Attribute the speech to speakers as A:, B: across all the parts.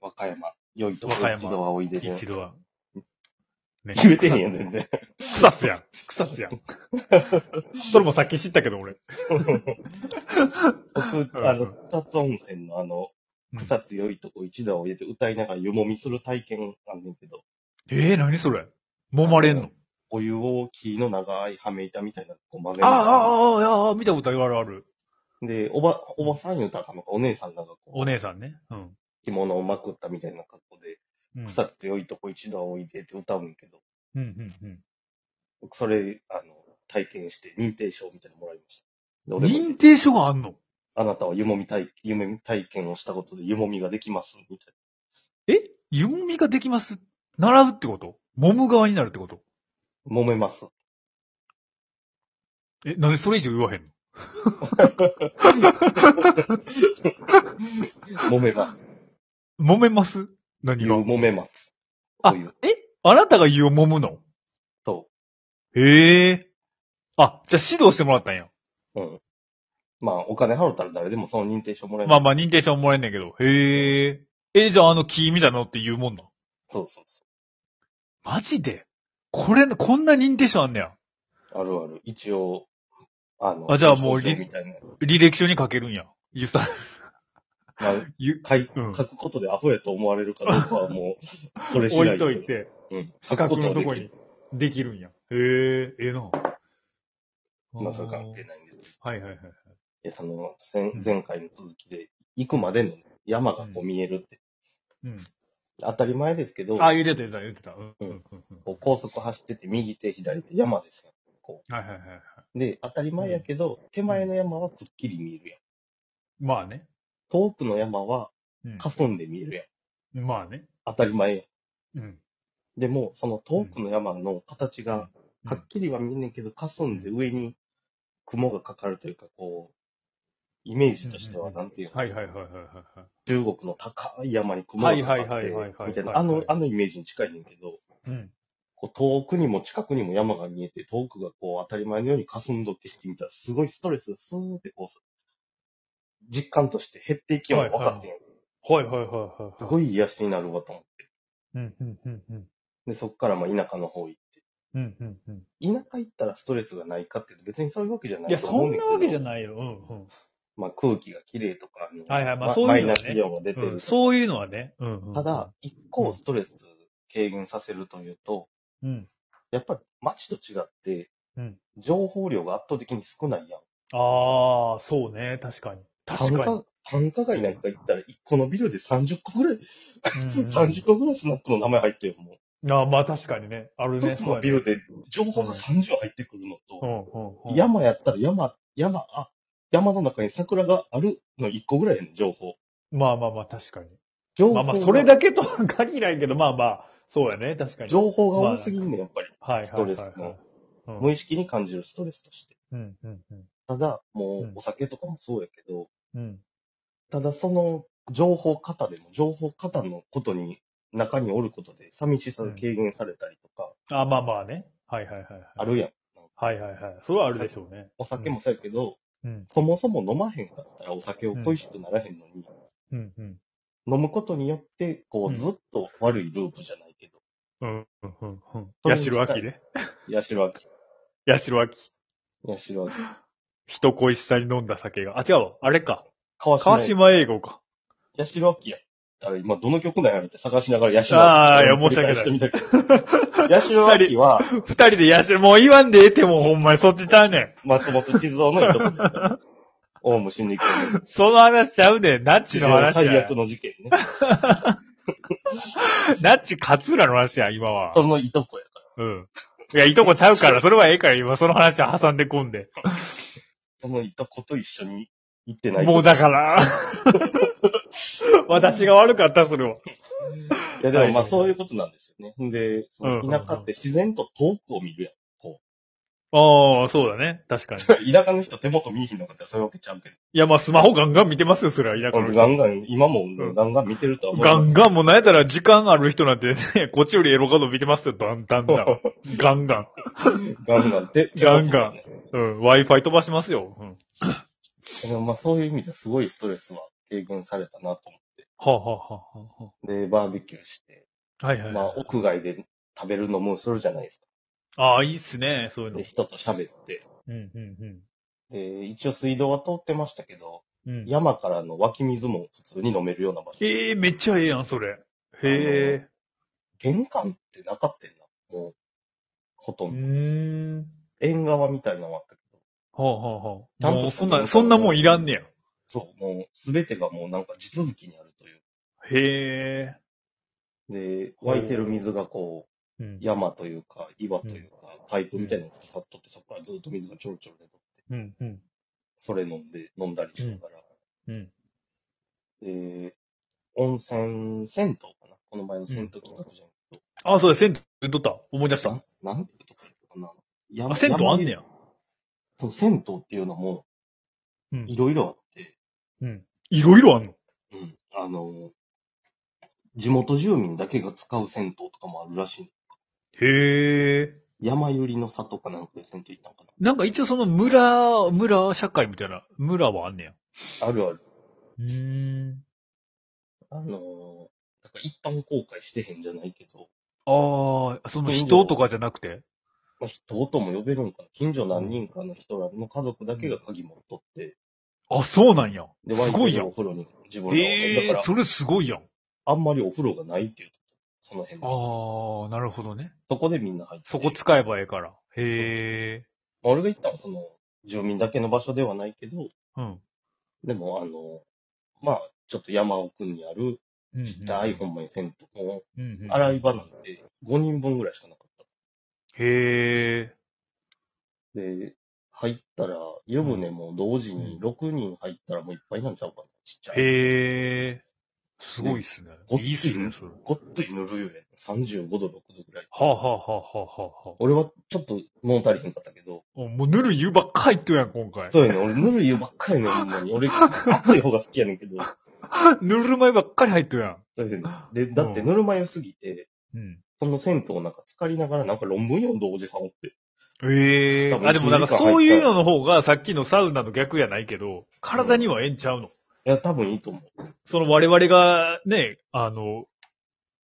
A: 和歌山。良いとこ
B: 和歌山
A: 一度はおいでで。
B: 一度は。ね
A: 言えてへんやん、全然。
B: 草津やん。草津やん。それもさっき知ったけど、俺。
A: 僕、 あの、草津温泉のあの、草津良いとこ一度はおいでで歌いながら湯もみする体験あんねんけど、
B: ええー、何それ揉まれんの
A: お湯を木の長い羽目板みたいなのこう混ぜ
B: あ
A: な
B: あ
A: がら
B: ああ、ああ、ああ、見たことあるあるある。
A: で、おば、おばさん言うたらあかんのか、お姉さんらがこ
B: お姉さんね。うん。
A: う、着物をまくったみたいな格好で、
B: うん
A: 草津良いとこ一度はおいでって歌うんやけど、
B: うん、うん、
A: 僕それ、あの、体験して認定証みたいなのもらいました。で
B: う
A: お
B: ん。
A: でも
B: 認定書があんの
A: あなたは湯もみ体、湯もみ体験をしたことで湯もみができます、みたい
B: え湯もみができます習うってこと揉む側になるってこと
A: な。揉めます。
B: え、なんでそれ以上言わへんの
A: 揉め ます。
B: 揉めます何
A: 湯
B: が
A: 揉めます。
B: あ
A: お湯、
B: えあなたが湯を揉むの
A: と、
B: へえ。あ、じゃあ指導してもらったんや。
A: うん。まあ、お金払ったら誰でもその認定証もらえる。
B: まあまあ認定証もらえんねんけど。へえ。え、じゃああの木みたいなのって言うもんなん
A: そうそうそ
B: マジでこれ、こんな認定証あんねや。
A: う。あるある。一応、あの、
B: あじゃあもう
A: 表
B: り
A: 彰みたいなやつ。
B: 履歴書に書けるんや。ゆさ、
A: まあ
B: ゆ、
A: 書い
B: うん
A: 書くことでアホやと思われるかどうかはもう、それ次
B: 置
A: 第
B: いとい。て、
A: うん。
B: 資
A: 書く
B: 格
A: ことは
B: のと
A: でき
B: こ
A: る
B: に。できるんや。へえ、ええな。
A: まあ、それ関係ないんですけど。い
B: はいはいはい。
A: や、その、前
B: うん
A: 前回の続きで、行くまでの山がこう見えるって、
B: うん。
A: 当たり前ですけど、
B: あ、言ってた言ってた言ってた。
A: う
B: うん。う
A: んん
B: うんうん
A: こう高速走ってて右手左手山ですよ。
B: はいはいはいはい。
A: で、当たり前やけど、手前の山はくっきり見えるやん。
B: まあね。
A: 遠くの山は
B: うん
A: 霞んで見えるやん。
B: まあね。
A: 当たり前やん。
B: うん。
A: でも、その遠くの山の形が、
B: うん
A: はっきりは見えねんけど、霞んで上に雲がかかるというか、こう、イメージとして
B: うんうん
A: は、
B: うん
A: なんていうの、
B: はいはいはいはいはいはい。
A: 中国の高い山に雲がかか
B: は
A: っ
B: いはいはいはいはい
A: て、みたいな、
B: はいは
A: あ
B: い
A: の、あのイメージに近いねんけど、
B: うん。
A: こう遠くにも近くにも山が見えて、遠くがこう当たり前のように霞んどってきてみたら、すごいストレスがスーってこう、実感として減っていきようのが分かってんよ
B: はいはいはいはいはい。
A: すごい癒しになるわと思って。
B: うんうんうんうん。
A: で、そっからまあ田舎の方行って。
B: うんうんうん。
A: 田舎行ったらストレスがないかっていうと別にそういうわけじゃない
B: いや、そんなわけじゃ
A: い。
B: ないよ。うん
A: まあ空気が綺麗とか、あの
B: はいはいまあ
A: マ
B: そういうのはね
A: マイナスイオンが出てる
B: うん。
A: と
B: うん
A: か
B: そういうのはね。うんうんうん。
A: ただ、一個をストレス軽減させるというと、
B: うん。
A: やっぱり街と違って
B: うん、
A: 情報量が圧倒的に少ないやん。
B: ああ、そうね。確かに。確かに。
A: 繁華街なんか行ったら、1個のビルで30個ぐらい、
B: うん うん
A: 30個ぐらいスナックの名前入ってるもん。
B: ああ、まあ確かにね。あるね。
A: 1つ
B: そう
A: の
B: や
A: ビ
B: ね。
A: ルで情報が30入ってくるの
B: う
A: と、
B: んうんうん。
A: 山やったら山、山、あ、山の中に桜があるの1個ぐらいの情報。
B: まあまあまあ、確かに。
A: 情報
B: ま
A: が
B: あまあ、それだけとは限らんけど、まあまあ、そうやね。確かに。
A: 情報が多すぎんねんやっぱり。
B: はいはいはいはい。
A: ストレスの
B: うん。
A: 無意識に感じるストレスとして。
B: うんうんうん。
A: ただ、も
B: うん
A: うお酒とかもそうやけど、
B: うん。
A: ただその情報型でも、情報型のことに、中におることで寂しさが軽減されたりとか、
B: ああ、まあまあね。はいはいはいはい。
A: あるやん。
B: はいはいはい。それはあるでしょうね。
A: お酒もそうやけど、
B: うん。
A: そもそも飲まへんかったらお酒を恋しくならへんのに、
B: うんうん。
A: 飲むことによって、こ
B: うん
A: う、ずっと悪いループじゃないけど、
B: うんうんうんうん。
A: それ
B: ヤ
A: に
B: シ
A: 近い
B: ロアキね。
A: ヤシロアキ、
B: ヤシロアキ。
A: ヤシロアキ、
B: 人恋しさに飲んだ酒が。あ、違うわ。あれか。
A: 川島、
B: 川島英語か。
A: ヤシロアキや。あれ今どの曲なんやろって探しながらヤシロ
B: あ
A: ア
B: ー
A: キ。
B: いや申し訳ない
A: 繰り返してみたけど。ヤシロアキは、
B: 二人でヤシロ、もう言わんでええってもうほんまにそっちちゃうね
A: 松本静雄のいとこです から。オウム真理教の
B: ん。その話ちゃうねん。ナッチの話
A: 最
B: や
A: 悪。の事件ね。
B: ナッチ勝浦の話や、今は。
A: そのいとこやから。
B: うん。いや、いとこちゃうから、それはええから、今その話は挟んでこんで。
A: そのいとこと一緒に行ってない。
B: もうだから。 私が悪かった、それは。
A: いやでもま
B: はいはいは
A: あ
B: い
A: そういうことなんですよね。んで、その田舎って自然と遠くを見るやん。こ
B: ああ、そうだね。確かに。
A: う。 田舎の人手元見えひんのかってそういうわけちゃうけ
B: いや、まあ、スマホガンガン見てますよ、それは。田舎
A: ど。
B: の人
A: ガンガン、今も
B: ん
A: ガンガン見てるとは思う。
B: ガンガンもうなんやったら時間ある人なんてね、 こっちよりエロカード見てますよ、だんだん だん。ガンガン。
A: ガンガンって。
B: ガンガン
A: 手元ね
B: うん、Wi-Fi 飛ばしますよ。うん。は
A: でもまあそういう意味ですごいストレスは軽減されたなと思
B: あ、はあはあはあはあ
A: う。で、バーベキューして、
B: はいはい。
A: まあ、屋外で食べる飲むするじゃないです
B: ああ、いいっすね、そういう
A: か。
B: の
A: で、。人と喋って。
B: うん、うん、
A: で、一応水道は通ってましたけど、
B: うん。うん、
A: 山からの湧き水も普通に飲めるような場所。
B: ええめっちゃええやん、それ。へえ。
A: 玄関ってなかったよな。もう、ほと
B: うん
A: ど。
B: ーん。
A: 縁側みたいなのはあったけど。
B: はあ、は
A: ち
B: あ、
A: ゃ
B: は
A: ん
B: あ。
A: と
B: もうそんな、そんなもんいらんねや。
A: そう、もう、すべてがもうなんか地続きにあるという。
B: へえ。
A: で、湧いてる水がこう、
B: うん。
A: 山というか、岩というか、パイプみたいなのが刺さっとって、そこからずっと水がちょろちょろ出とって、
B: うん、うん、
A: それ飲んで、飲んだりしながら。
B: うん。
A: で、温泉、銭湯かなこの前の銭湯企画じゃんけ
B: ああ、そうだ、銭湯取った。思い出し
A: ど、
B: た。
A: ななんていうとこかな山
B: あ、銭湯あん
A: 山
B: ねや。
A: そう、銭湯っていうのも、
B: う
A: い
B: ん。
A: ろいろあって、
B: うん。いろいろあんの
A: うん、あの、地元住民だけが使う銭湯とかもあるらしい。
B: へえ。
A: 山ゆりの里かなんかで銭湯行ったのか
B: なんか一応その村、村社会みたいな、村はあんねや。
A: なあるある。
B: うーん。
A: あの、なんか一般公開してへんじゃないけど、
B: ああ、その人とかじゃなくて。
A: まあ、人とも呼べるんかな。近所何人かの人らの家族だけが鍵持っとって、
B: あ、そうなんや。
A: で、
B: すごいや
A: お
B: ん。
A: 風呂に自分ら
B: ええ
A: だから、
B: それすごいやん。
A: あんまりお風呂がないっていう、その辺の人
B: ああ、なるほどね。
A: そこでみんな入って。
B: そこ使えばええから。へえ。
A: まあ俺が行ったのはその、住民だけの場所ではないけど、
B: うん。
A: でもあの、まあ、ちょっと山奥にある、
B: うん
A: ちっちゃいほんまに銭湯も、
B: うんうん
A: 洗い場なんて5人分ぐらいしかなかっ
B: へえ。
A: た。で、入ったら、湯船も同時に6人入ったらもういっぱいなんちゃうかな、ちっちゃい。
B: へえ。すごいっすね。
A: ごっつい
B: いいっすね、それ。は
A: ごっついぬるい湯やな35度、6度ぐらい。
B: あ、はあはあはあはあ
A: 俺はちょっと物足りへんかったけど、
B: おもうぬるい湯ばっか入っとるやん、今回。
A: そうやね、俺ぬるい湯ばっかりやねん、ほんまに。俺、熱い方が好きやねんけど、
B: ぬるま湯ばっかり入っとるやん。
A: そうやねん。で、だってぬるま湯すぎて、
B: うん。
A: その銭湯なんか浸かりながらなんか論文読んだおじさんおって。
B: ええ
A: 多分
B: あ、でもなんかそういうのの方がさっきのサウナの逆やないけど、体にはええんちゃうの。
A: いや、多分いいと思う。
B: その我々がね、あの、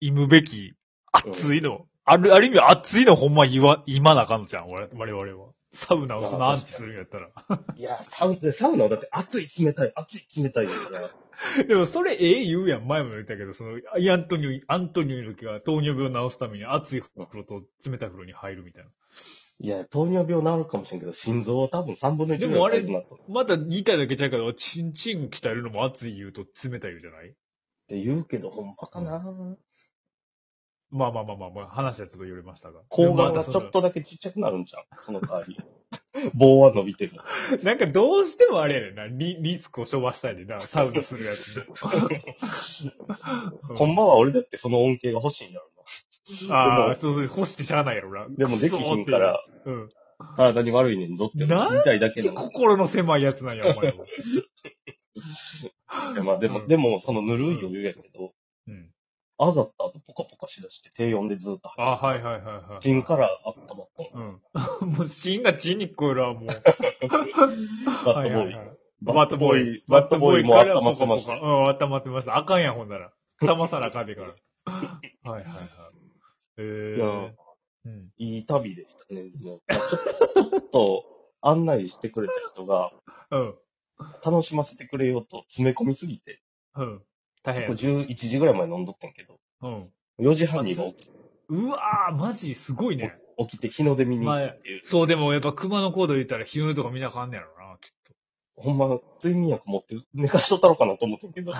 B: いむべき熱いの、ある、ある意味熱いのほんま言わ、今なあかんのじゃん、我我々は。サウナをその
A: まあ
B: アンチするんやったら。
A: いや、サウナ、サウナはだって熱い冷たい、熱い冷たいだから。
B: でもそれええ言うやん、前も言ったけど、その、アントニオ、アントニオ猪木が糖尿病を治すために熱い風呂と冷たい風呂に入るみたいな。
A: いや、糖尿病治るかもしれんけど、心臓は多分3分の1ぐ
B: でも
A: らいの
B: あれ
A: サイズになったっ
B: まだ2体だけちゃうけど、チンチン鍛えるのも熱い言うと冷たい言うじゃない
A: て言うけど、ほんまかな
B: まあまあまあまあまあ、話はちょっと揺れましたが。
A: 睾丸がちょっとだけちっちゃくなるんちゃうその代わ り。棒は伸びてる。
B: なんかどうしてもあれやねんな。リリスクを処罰したいねんな。サウナするやつ。
A: ほんまは俺だってその恩恵が欲しいんやろ
B: あ
A: でも
B: あ、そうそう、干してしゃあないやろな。
A: な。でもできひんか
B: く
A: ら、
B: そーって。
A: 体に悪いねんぞって、み
B: なん
A: たいだけ
B: うん。
A: なの。
B: 心の狭いやつなんや、お 前も。
A: いやまあで
B: う
A: も、
B: ん
A: でも、そのぬるい余裕やけど、
B: うん。
A: 上がった後ポカポカしだして、低温でずっと
B: ああ、はいはいはいはい。
A: 芯から温まったの。
B: うん。 もう芯が血に聞こえるわ、もう。
A: バットボーイ。
B: バットボーイ。
A: バットボーイも
B: バット
A: 温まってまし
B: ボーイ
A: た。
B: からポカポカうん、温まってました。あかんやん、ほんなら。まさなあかんでから。 はいはいはい。え
A: いや
B: ー。うん。
A: いい旅でしたね。でもまあちょちょっと案内してくれた人が、
B: うん。
A: 楽しませてくれようと詰め込みすぎて、
B: うん。大変や
A: 結構。11時ぐらいまで飲んどったんやけど、
B: うん。
A: 4時半にも起き
B: うわー、マジすごいね。
A: 起きて日の出見に行くっていう。
B: そう、でもやっぱ熊の行動言ったら日の出とか見なあかんねやろな、きっ
A: ほんま、睡眠薬持って寝かしとったのかなと思ってん けど。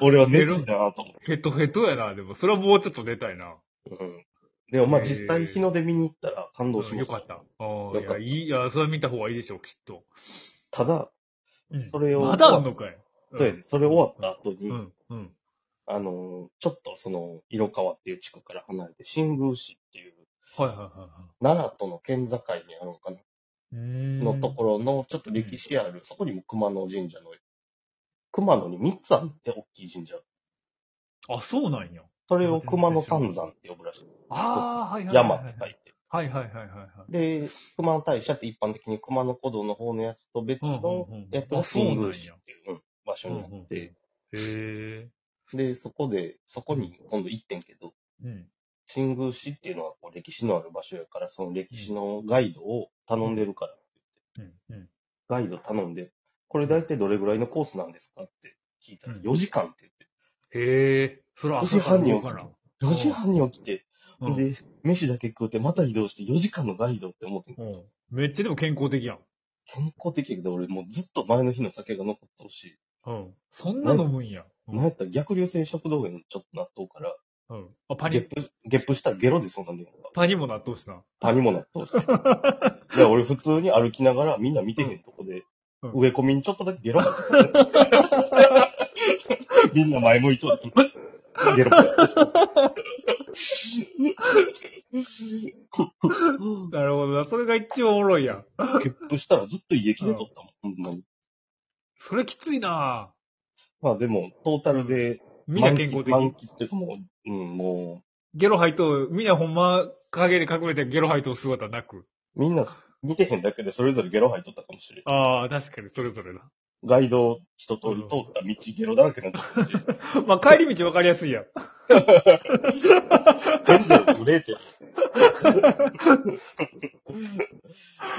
A: 俺は寝るんだなと思っ
B: と。ヘトヘトやな、でも。それはもうちょっと出たいな。
A: て。うん。でもまあ
B: へー
A: 実際日の出見に行ったら感動し
B: うん
A: ま
B: よ
A: し
B: か
A: た。
B: った。ああ、い
A: よかっ
B: や、
A: た
B: いい、いや、それは見た方がいいでしょう、きっと。
A: ただ、
B: うん
A: それを
B: まだあんのかい。
A: そうやねそれ終わった後に、
B: うん、うん。
A: あの、ちょっとその、色川っていう地区から離れて、新宮市っていう、
B: はいはいはいは
A: 奈良との県境にあるのかな、
B: い。うーん。
A: のところの、ちょっと歴史ある、そこにも熊野神社の、熊野に3つあって大きい神社。
B: あ、そうなんや。
A: それを熊野三山って呼ぶらしい。
B: ああ、はいはいはい
A: 山
B: は
A: っ
B: い。
A: て書いて。
B: はいはいはいはいはい。
A: で、熊野大社って一般的に熊野古道の方のやつと別の
B: うんうんうん
A: やつが新宮市っていううん場所になって、
B: へえ。
A: で、そこで、そこに今度行ってんけど、
B: うん。
A: 新宮市っていうのはこう歴史のある場所やから、その歴史のガイドを頼んでるから、
B: うん。うん。
A: ガイド頼んで、これ大体どれぐらいのコースなんですかって聞いたら、
B: うん
A: 4時間って言って、
B: へえ、それは朝から動かな。うん
A: 4時半に起きて、
B: うん
A: で、飯だけ食うて、また移動して4時間のガイドって思ってんけ
B: う
A: ど、
B: ん。めっちゃでも健康的やん。
A: 健康的やけど、俺もうずっと前の日の酒が残ってほしい。
B: うん。そんな飲むんや。う
A: なんや
B: ん。
A: ったら逆流性食道炎のちょっと納豆から、
B: うん。あ、パ
A: ゲ
B: ニ
A: ッ、プ、ゲップしたらゲロでそうなんでるのか。
B: パニも納豆しな。
A: パにも納豆して。いや、俺普通に歩きながらみんな見てへんとこで、
B: うん
A: 植え込みにちょっとだけゲロが。みんな前向いとる。ゲロが。
B: なるほどな。それが一番おもろいやん。
A: ゲップしたらずっと家切れとったもん、ほんまに。
B: それきついな
A: まあでも、トータルで
B: みんな健康
A: 満
B: 的。
A: 喫っていうかもう、うん、も
B: ゲロ吐いと、みんなほんま陰に隠れてゲロ吐いとる姿なく。
A: う、みんな見てへんだけでそれぞれゲロ吐いとったかもしれん。
B: ああ、確かにそれぞれだ。
A: ガイド一通り通った道ゲロだらけなんだ
B: まあ、帰り道わかりやすいやん。
A: 全然ブレてる。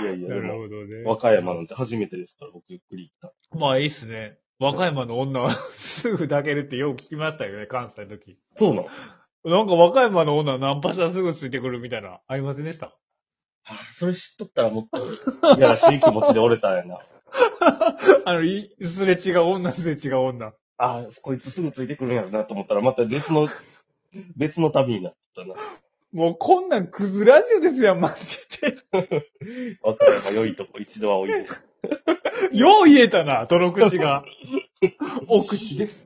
A: いやいや、
B: な
A: で
B: る
A: も、
B: ほどね。
A: 和歌山なんて初めてですから、僕ゆっくり行っ
B: まあ、いいっすね。和歌山の女はすぐ抱けるってよく聞きましたよね、関西の時。
A: た。そうなの
B: なんか和歌山の女はナンパしたらすぐついてくるみたいな、ありませんでした
A: あそれ知っとったらもっと、いやらしい気持ちで折れたんやな。
B: あの、いすれ違う女、すれ違う女。
A: ああ、こいつすぐついてくるんやろなと思ったら、また別の、別の旅になったな。
B: もうこんなんクズラジオですよ、マジで。
A: 和歌山良いとこ一度はおいで。
B: よう言えたな、どの口が。お口です。